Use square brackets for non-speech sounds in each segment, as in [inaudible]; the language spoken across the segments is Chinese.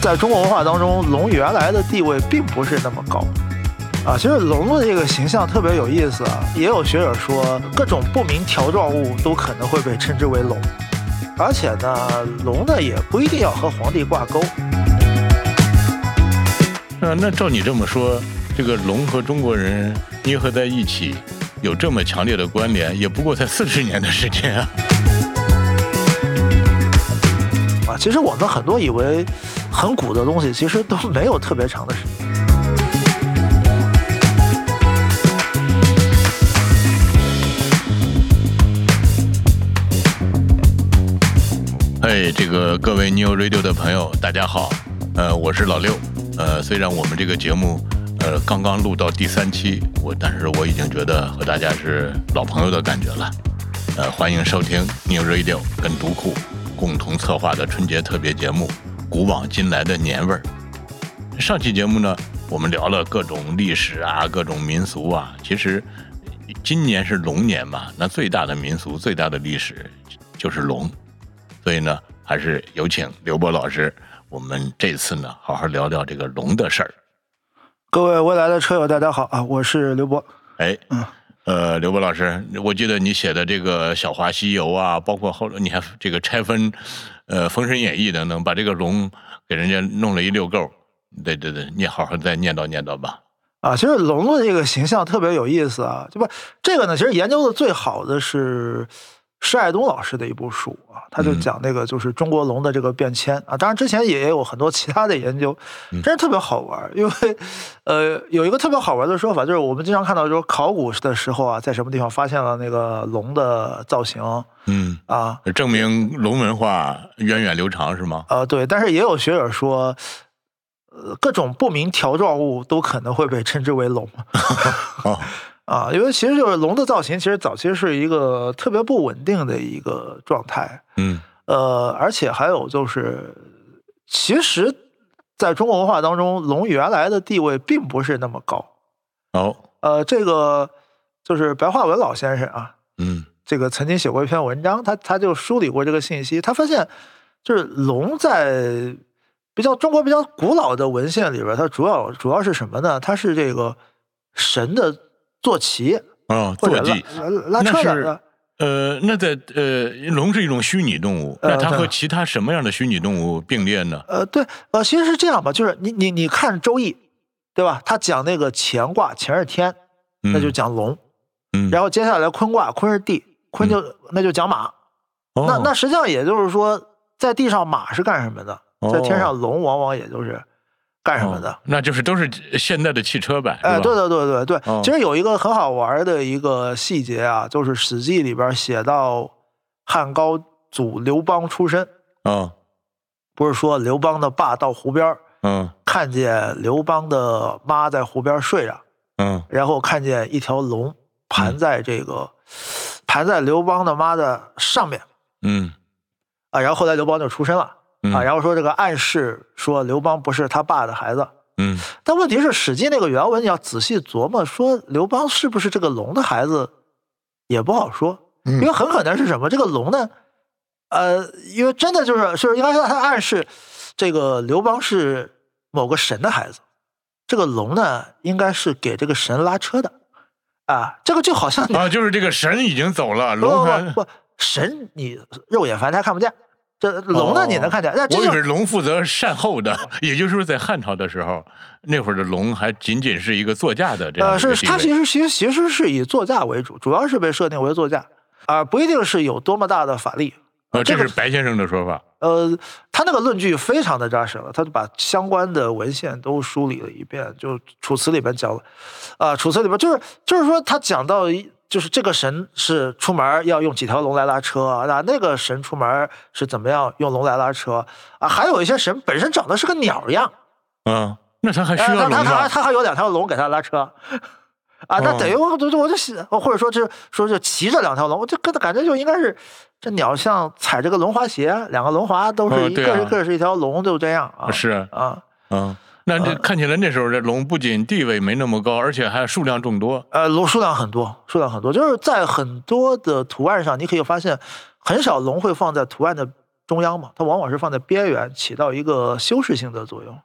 在中国文化当中，龙原来的地位并不是那么高。啊，其实龙的这个形象特别有意思啊，也有学者说，各种不明条状物都可能会被称之为龙，而且呢，龙呢也不一定要和皇帝挂钩。那那照你这么说，这个龙和中国人捏合在一起，有这么强烈的关联，也不过才四十年的时间啊。啊，其实我们很多以为很古的东西，其实都没有特别长的时间。嘿，哎这个各位 New Radio 的朋友，大家好，呃，我是老六，呃，虽然我们这个节目，呃，刚刚录到第三期，我但是我已经觉得和大家是老朋友的感觉了，呃，欢迎收听 New Radio 跟读库共同策划的春节特别节目《古往今来的年味儿》。上期节目呢，我们聊了各种历史啊，各种民俗啊，其实今年是龙年嘛，那最大的民俗、最大的历史就是龙。所以呢，还是有请刘波老师，我们这次呢，好好聊聊这个龙的事儿。各位未来的车友，大家好啊，我是刘波。哎，呃，刘波老师，我记得你写的这个《小华西游》啊，包括后来你还这个拆分，呃，《封神演义》等等，把这个龙给人家弄了一溜够。对对对，你好好再念叨念叨吧。啊，其实龙的这个形象特别有意思啊，对吧？这个呢，其实研究的最好的是。施爱东老师的一部书啊，他就讲那个就是中国龙的这个变迁啊，当然之前也有很多其他的研究，真是特别好玩。因为，呃，有一个特别好玩的说法，就是我们经常看到说考古的时候啊，在什么地方发现了那个龙的造型，嗯啊，证明龙文化源远流长是吗？啊、呃，对。但是也有学者说，呃，各种不明条状物都可能会被称之为龙。哦啊，因为其实就是龙的造型，其实早期是一个特别不稳定的一个状态。嗯，呃，而且还有就是，其实在中国文化当中，龙原来的地位并不是那么高。哦，呃，这个就是白话文老先生啊，嗯，这个曾经写过一篇文章，他他就梳理过这个信息，他发现就是龙在比较中国比较古老的文献里边，它主要主要是什么呢？它是这个神的。坐骑啊，或坐者骑拉拉车的，呃，那在呃，龙是一种虚拟动物，呃那它对和其他什么样的虚拟动物并列呢？呃，对，呃，其实是这样吧，就是你你你看《周易》，对吧？他讲那个乾卦，乾是天，嗯那就讲龙，嗯，然后接下来坤卦，坤是地，坤就、那就讲马。后那那实际上也就是说，在地上马是干什么的，哦在天上龙往往也就是干什么的。那就是都是现代的汽车呗，哎，哦是吧对对对对对，哦其实有一个很好玩的一个细节啊，就是《史记》里边写到汉高祖刘邦出身，啊，不是说刘邦的爸到湖边儿嗯看见刘邦的妈在湖边睡着，嗯然后看见一条龙盘在这个、盘在刘邦的妈的上面嗯啊，然后后来刘邦就出生了嗯啊，然后说这个暗示说刘邦不是他爸的孩子，嗯但问题是《史记》那个原文你要仔细琢磨，说刘邦是不是这个龙的孩子也不好说，嗯因为很可能是什么这个龙呢，呃，因为真的就是是应该说他暗示这个刘邦是某个神的孩子，这个龙呢应该是给这个神拉车的啊，这个就好像你啊，就是这个神已经走了，不龙还不不不神你肉眼凡胎看不见，这龙呢哦你能看见，那这我以就为龙负责善后的， [laughs] 也就是说，在汉朝的时候，那会儿的龙还仅仅是一个座驾的这样呃，的一个是地它位其实其实其实是以座驾为主，主要是被设定为座驾，啊、不一定是有多么大的法力。呃，这这个是白先生的说法。呃，他那个论据非常的扎实了，他就把相关的文献都梳理了一遍，就《楚辞》里边讲了，啊、楚辞》里边就是就是说他讲到一就是这个神是出门要用几条龙来拉车啊，那那个神出门是怎么样用龙来拉车啊，还有一些神本身长得是个鸟样，嗯，那他还需哎他要龙他他吗？他还有两条龙给他拉车，啊，那哦等于我就我就想，或者说这说就骑着两条龙，我就跟感觉就应该是这鸟像踩着个龙滑鞋，两个龙滑都哦是一对个啊一个是一条龙，就这样啊是啊啊嗯，那这看起来那时候这龙不仅地位没那么高，而且还数量众多。呃龙数量很多，数量很多，就是在很多的图案上你可以发现，很少龙会放在图案的中央嘛，它往往是放在边缘，起到一个修饰性的作用。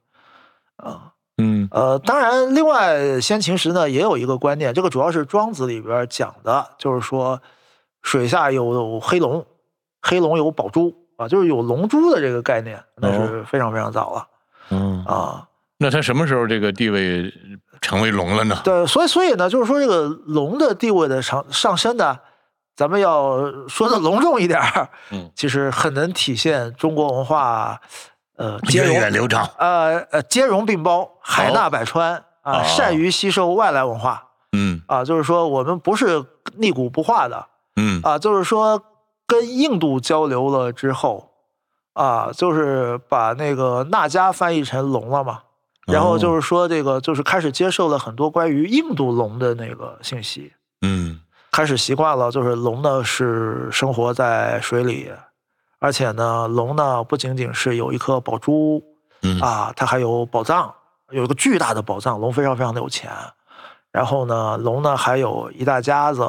啊、嗯呃，当然，另外先秦时呢也有一个观念，这个主要是庄子里边讲的，就是说水下有黑龙，黑龙有宝珠啊，就是有龙珠的这个概念，那哦是非常非常早了、嗯，啊。那他什么时候这个地位成为龙了呢？对，所以所以呢，就是说这个龙的地位的上上升呢，咱们要说的隆重一点儿，嗯，其实很能体现中国文化，呃，兼源远容，流长。呃呃，兼容并包，海纳百川啊、哦善于吸收外来文化嗯啊，就是说我们不是逆古不化的嗯啊，就是说跟印度交流了之后啊，就是把那个那迦翻译成龙了嘛，然后就是说这个就是开始接受了很多关于印度龙的那个信息，嗯开始习惯了，就是龙呢是生活在水里，而且呢龙呢不仅仅是有一颗宝珠嗯啊，它还有宝藏，有一个巨大的宝藏，龙非常非常的有钱。然后呢，龙呢还有一大家子，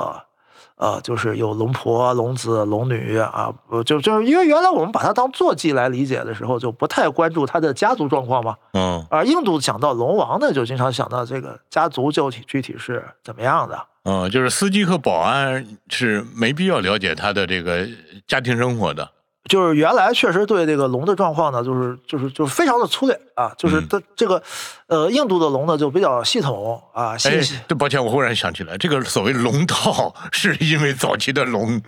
呃，就是有龙婆、龙子、龙女啊，呃就就是因为原来我们把它当坐骑来理解的时候，就不太关注它的家族状况嘛。哦而印度讲到龙王呢，就经常想到这个家族究体具体是怎么样的。哦，就是司机和保安是没必要了解他的这个家庭生活的。就是原来确实对这个龙的状况呢，就是就是就是非常的粗略啊，就是嗯它这个，呃，印度的龙呢就比较系统啊，哎细细，对，抱歉，我忽然想起来，这个所谓龙套，是因为早期的龙，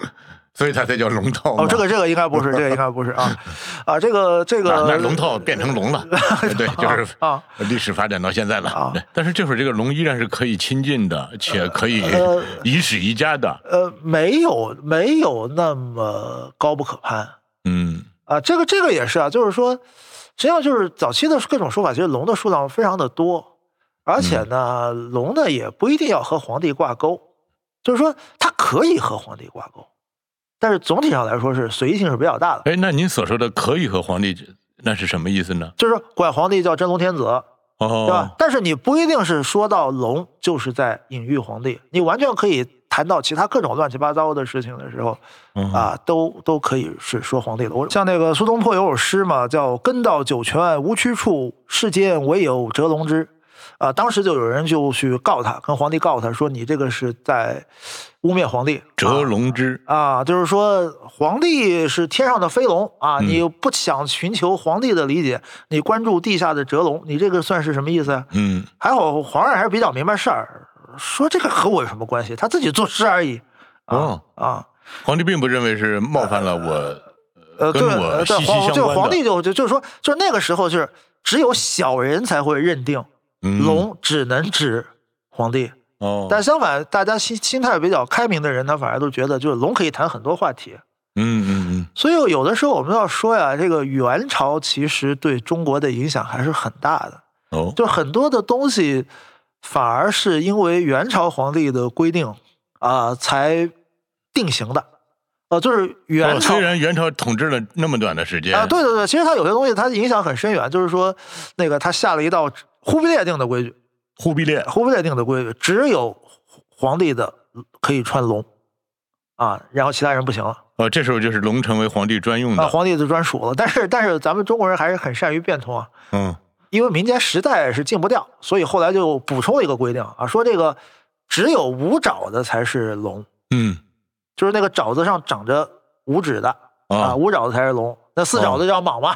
所以它才叫龙套吗。哦，这个这个应该不是，这个应该不是 [laughs] 啊，啊，这个这啊个那龙套变成龙 [laughs] 了，对，就是啊，历史发展到现在了。啊对但是这会儿这个龙依然是可以亲近的，且可以呃以史宜家的。呃，没有没有那么高不可攀，嗯啊，这个这个也是啊，就是说，实际上就是早期的各种说法，其实龙的数量非常的多，而且嗯呢，龙呢也不一定要和皇帝挂钩，就是说它可以和皇帝挂钩，但是总体上来说是随意性是比较大的，哎，那您所说的可以和皇帝，那是什么意思呢？就是管皇帝叫真龙天子，对吧？哦，但是你不一定是说到龙就是在隐喻皇帝，你完全可以谈到其他各种乱七八糟的事情的时候，嗯啊，都都可以是说皇帝的。我像那个苏东坡有首诗嘛，叫“根到九泉无屈处，世间唯有折龙枝”。啊，当时就有人就去告他，跟皇帝告他说：“你这个是在污蔑皇帝。”折龙之，啊，就是说皇帝是天上的飞龙啊，嗯你不想寻求皇帝的理解，你关注地下的折龙，你这个算是什么意思啊？嗯还好皇上还是比较明白事儿，说这个和我有什么关系？他自己作诗而已。啊、哦啊，皇帝并不认为是冒犯了我，呃，跟对，我呃对，息息皇相就关皇的帝就就就是说，就是那个时候就是只有小人才会认定嗯龙只能指皇帝，哦，但相反，大家心心态比较开明的人，他反而都觉得就是龙可以谈很多话题。嗯嗯嗯，所以有的时候我们要说呀，这个元朝其实对中国的影响还是很大的，哦，就很多的东西反而是因为元朝皇帝的规定啊、才定型的。呃，就是元哦朝、虽然元朝统治了那么短的时间啊，，对对对，其实它有些东西它影响很深远，就是说，那个他下了一道忽必烈定的规矩，忽必烈，忽必烈定的规矩，只有皇帝的可以穿龙，啊，然后其他人不行了，哦，这时候就是龙成为皇帝专用啊，的，皇帝就专属了。但是但是咱们中国人还是很善于变通啊，嗯因为民间实在是禁不掉，所以后来就补充了一个规定啊，说这个只有五爪的才是龙，嗯就是那个爪子上长着五指的啊，啊五爪子才是龙，那四爪子叫蟒嘛。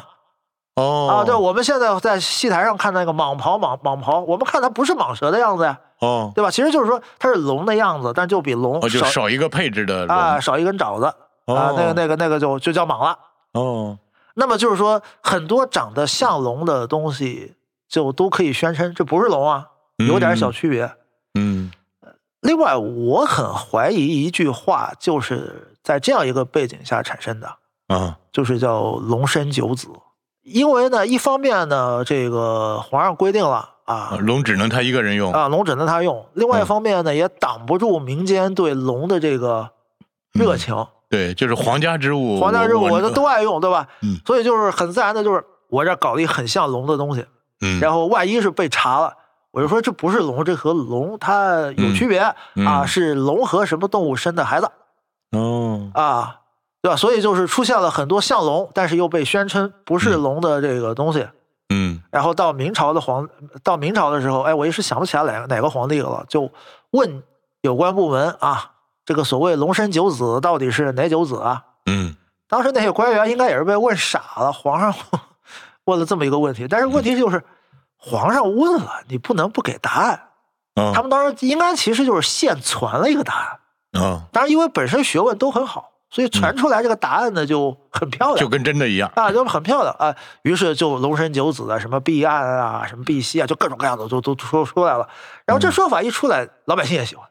哦啊，对，我们现在在戏台上看那个蟒袍，蟒蟒袍，我们看它不是蟒蛇的样子呀，哦对吧？其实就是说它是龙的样子，但就比龙哦，就少、少一个配置的龙啊少一根爪子、啊哦，那个那个那个就就叫蟒了。哦，那么就是说，很多长得像龙的东西，就都可以宣称这不是龙啊，有点小区别。嗯另外，我很怀疑一句话，就是在这样一个背景下产生的，啊就是叫龙生九子。因为呢，一方面呢，这个皇上规定了啊，啊龙只能他一个人用，啊，龙只能他用；另外一嗯方面呢，也挡不住民间对龙的这个热情，对，就是皇家之物，皇家之物我都都爱用，对吧？嗯所以就是很自然的，就是我这儿搞了一很像龙的东西，嗯，然后万一是被查了。我就说这不是龙，这和龙它有区别、嗯嗯啊，是龙和什么动物生的孩子哦啊，对吧？所以就是出现了很多像龙，但是又被宣称不是龙的这个东西。嗯然后到明朝的皇，到明朝的时候，哎，我一时想不起来哪哪个皇帝了，就问有关部门啊，这个所谓龙身九子到底是哪九子啊？嗯当时那些官员应该也是被问傻了，皇上 [laughs] 问了这么一个问题，但是问题就是，皇上问了，你不能不给答案。啊他们当时应该其实就是现传了一个答案，啊，当然因为本身学问都很好，所以传出来这个答案呢就很漂亮嗯就，跟真的一样。啊，就很漂亮啊。于是就龙神九子啊，什么避案啊，什么避溪啊，就各种各样的都都说出来了。然后这说法一出来，老百姓也喜欢，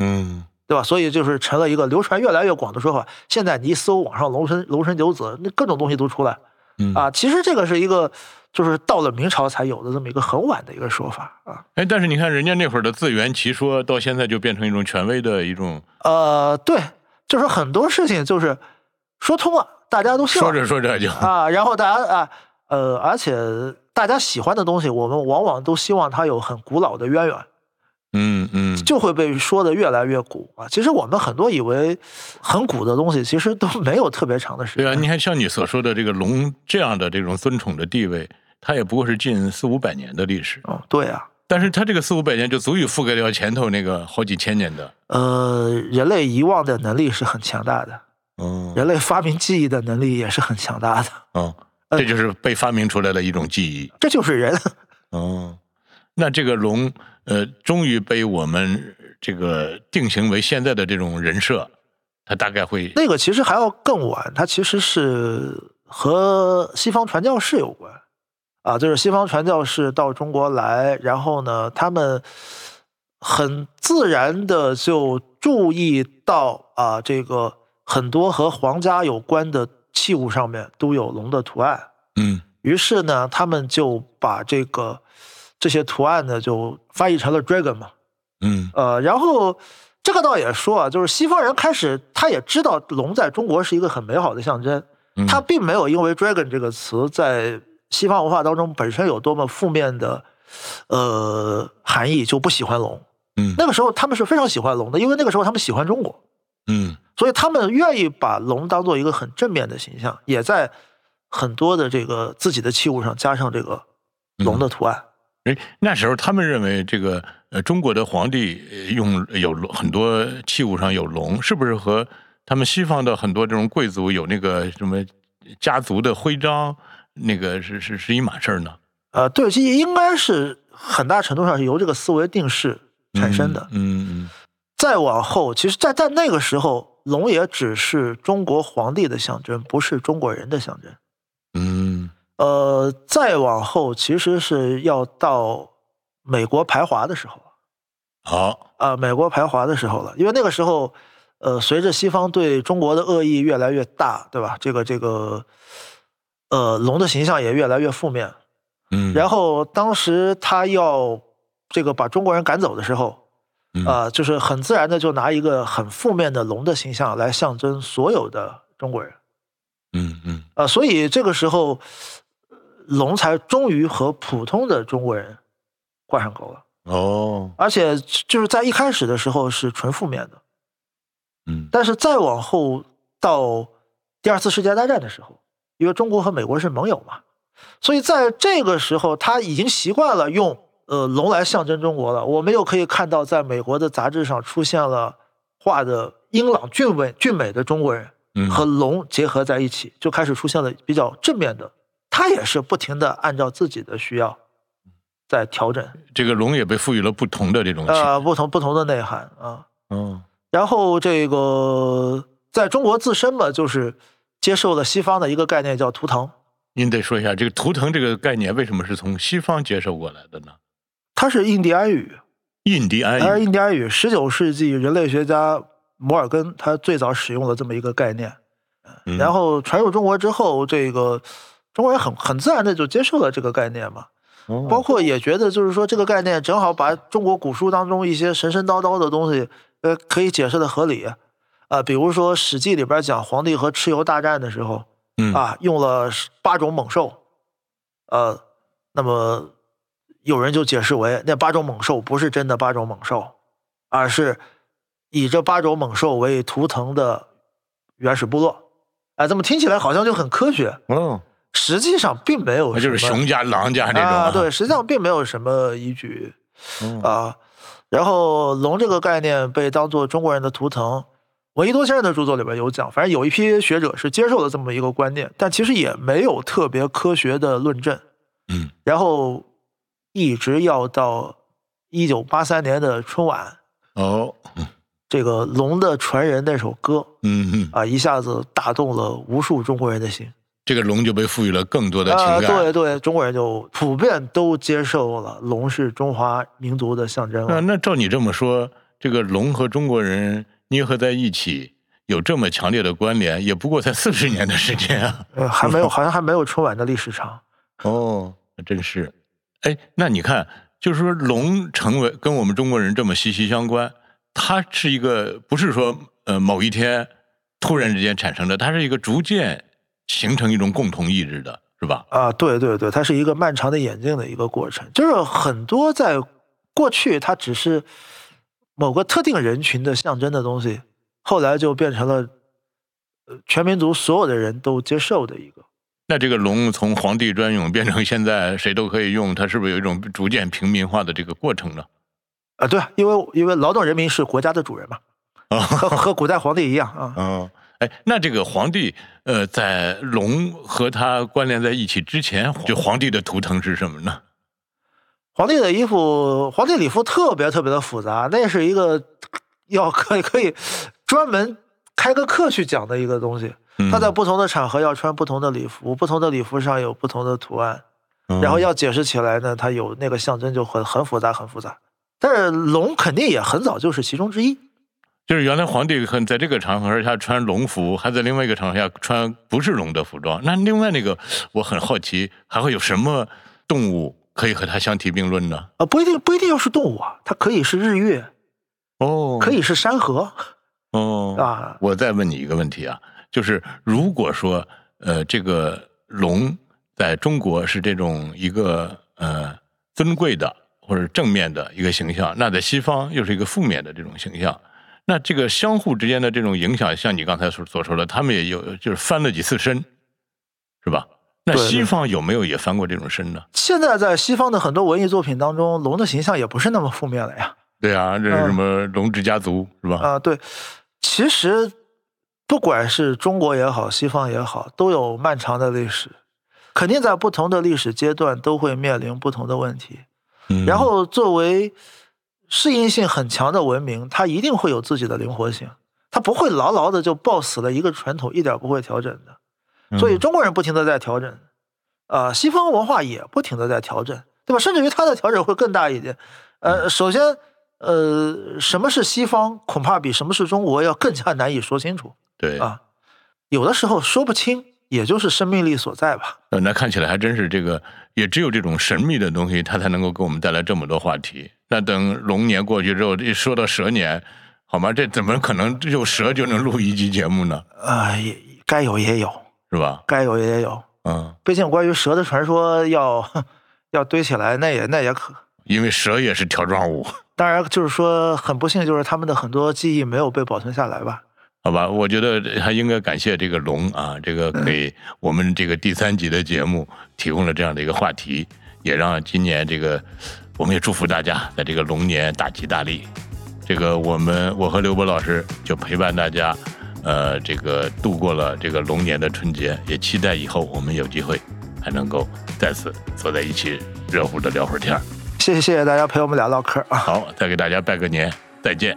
嗯对吧？所以就是成了一个流传越来越广的说法。现在你一搜网上龙神龙神九子，那各种东西都出来嗯，啊。其实这个是一个，就是到了明朝才有的这么一个很晚的一个说法啊。哎，但是你看人家那会儿的自圆其说，到现在就变成一种权威的一种，呃，对，就是很多事情就是说通了，大家都信了说。着说着就啊，然后大家啊，呃，而且大家喜欢的东西，我们往往都希望它有很古老的渊源，嗯嗯，就会被说的越来越古啊。其实我们很多以为很古的东西，其实都没有特别长的时对间。啊，你看像你所说的这个龙这样的这种尊崇的地位，它也不过是近四五百年的历史，嗯，对啊，但是它这个四五百年就足以覆盖掉前头那个好几千年的。呃，人类遗忘的能力是很强大的，嗯人类发明记忆的能力也是很强大的，嗯，这就是被发明出来的一种技艺。这就是人。哦，那这个龙，呃，终于被我们这个定型为现在的这种人设，它大概会，那个其实还要更晚，它其实是和西方传教士有关啊，就是西方传教士到中国来，然后呢，他们很自然的就注意到啊，这个很多和皇家有关的器物上面都有龙的图案，嗯于是呢，他们就把这个这些图案呢就翻译成了 dragon 嘛，嗯呃，然后这个倒也说啊，就是西方人开始他也知道龙在中国是一个很美好的象征，嗯，他并没有因为 dragon 这个词在西方文化当中本身有多么负面的呃含义就不喜欢龙。嗯那个时候他们是非常喜欢龙的，因为那个时候他们喜欢中国，嗯所以他们愿意把龙当做一个很正面的形象，也在很多的这个自己的器物上加上这个龙的图案。哎，那时候他们认为这个呃中国的皇帝呃用有龙很多器物上有龙，是不是和他们西方的很多这种贵族有那个什么家族的徽章，那个是是是一码事儿呢？呃，对，这应该是很大程度上是由这个思维定式产生的。嗯，嗯再往后，其实在在那个时候，龙也只是中国皇帝的象征，不是中国人的象征。嗯呃，再往后，其实是要到美国排华的时候了嗯，好，啊、美国排华的时候了，因为那个时候，呃，随着西方对中国的恶意越来越大，对吧？这个这个，呃，龙的形象也越来越负面。嗯，然后当时他要这个把中国人赶走的时候，嗯啊、就是很自然的就拿一个很负面的龙的形象来象征所有的中国人嗯嗯啊、所以这个时候呃龙才终于和普通的中国人挂上钩了，哦。而且就是在一开始的时候是纯负面的，嗯但是再往后到第二次世界大战的时候，因为中国和美国是盟友嘛，所以在这个时候他已经习惯了用呃龙来象征中国了。我们又可以看到，在美国的杂志上出现了画的英朗俊伟俊美的中国人嗯和龙结合在一起，就开始出现了比较正面的。他也是不停的按照自己的需要在调整，这个龙也被赋予了不同的这种情。呃，不同不同的内涵啊。嗯然后这个在中国自身嘛，就是接受了西方的一个概念叫图腾，您得说一下这个图腾这个概念为什么是从西方接受过来的呢？它是印第安语，印第安它是语，印第安语。十九世纪人类学家摩尔根他最早使用了这么一个概念，嗯然后传入中国之后，这个中国人很很自然的就接受了这个概念嘛，哦包括也觉得就是说这个概念正好把中国古书当中一些神神叨叨的东西，呃，可以解释的合理。啊、比如说《史记》里边讲皇帝和蚩尤大战的时候，嗯啊，用了十八种猛兽，呃，那么有人就解释为那八种猛兽不是真的八种猛兽，而是以这八种猛兽为图腾的原始部落哎，这么听起来好像就很科学，哦，实际上并没有那就是什么熊家狼家那种啊，对，实际上并没有什么依据嗯啊。然后龙这个概念被当做中国人的图腾，闻一多先生的著作里边有讲，反正有一批学者是接受了这么一个观念，但其实也没有特别科学的论证。嗯，然后一直要到一九八三年的春晚，哦，这个《龙的传人》那首歌嗯嗯，啊，一下子打动了无数中国人的心。这个龙就被赋予了更多的情啊、感。对对，中国人就普遍都接受了龙是中华民族的象征啊那了。那照你这么说，这个龙和中国人捏合在一起，有这么强烈的关联，也不过才四十年的时间啊！呃，还没有，好像还没有春晚的历史长。哦，真是。哎，那你看，就是说龙成为跟我们中国人这么息息相关，它是一个不是说呃某一天突然之间产生的，它是一个逐渐形成一种共同意志的，是吧？啊，对对对，它是一个漫长的演进的一个过程，就是很多在过去它只是某个特定人群的象征的东西，后来就变成了呃全民族所有的人都接受的一个。那这个龙从皇帝专用变成现在谁都可以用，它是不是有一种逐渐平民化的这个过程呢？啊，对，因为因为劳动人民是国家的主人嘛，啊、和和古代皇帝一样啊。嗯，哎，那这个皇帝，呃，在龙和他关联在一起之前，就皇帝的图腾是什么呢？皇帝的衣服，皇帝礼服特别特别的复杂，那是一个要可以可以专门开个课去讲的一个东西。嗯他在不同的场合要穿不同的礼服，不同的礼服上有不同的图案，然后嗯要解释起来呢，它有那个象征就很很复杂，很复杂。但是龙肯定也很早就是其中之一。就是原来皇帝可能在这个场合下穿龙服，还在另外一个场合下穿不是龙的服装。那另外那个，我很好奇，还会有什么动物可以和它相提并论呢？啊，不一定不一定要是动物啊，它可以是日月，哦，可以是山河哦啊。我再问你一个问题啊，就是如果说呃，这个龙在中国是这种一个呃尊贵的或者正面的一个形象，那在西方又是一个负面的这种形象。那这个相互之间的这种影响，像你刚才所所说的，他们也有就是翻了几次身，是吧？那对对西方有没有也翻过这种身呢？现在在西方的很多文艺作品当中，龙的形象也不是那么负面了呀。对啊，这是什么龙之家族是吧？嗯啊，对，其实不管是中国也好，西方也好，都有漫长的历史，肯定在不同的历史阶段都会面临不同的问题。嗯然后作为适应性很强的文明，它一定会有自己的灵活性，它不会牢牢的就抱死了一个传统，一点不会调整的。嗯所以中国人不停的在调整，啊、西方文化也不停的在调整，对吧？甚至于它的调整会更大一点。嗯呃，首先，呃，什么是西方，恐怕比什么是中国要更加难以说清楚对啊。有的时候说不清，也就是生命力所在吧。呃，那看起来还真是这个，也只有这种神秘的东西，它才能够给我们带来这么多话题。那等龙年过去之后，一说到蛇年，好吗？这怎么可能只有蛇就能录一集节目呢？啊、也该有也有，是吧？该有也有。嗯，毕竟关于蛇的传说要 [laughs] 要堆起来，那也那也可。因为蛇也是条状物，当然，就是说很不幸，就是他们的很多记忆没有被保存下来吧。好吧？我觉得还应该感谢这个龙啊，这个给我们这个第三集的节目提供了这样的一个话题，也让今年这个，我们也祝福大家在这个龙年大吉大利。这个我们我和刘波老师就陪伴大家，呃，这个度过了这个龙年的春节，也期待以后我们有机会还能够再次坐在一起热乎的聊会儿天儿。谢谢谢谢大家陪我们俩唠嗑啊。好，再给大家拜个年，再见。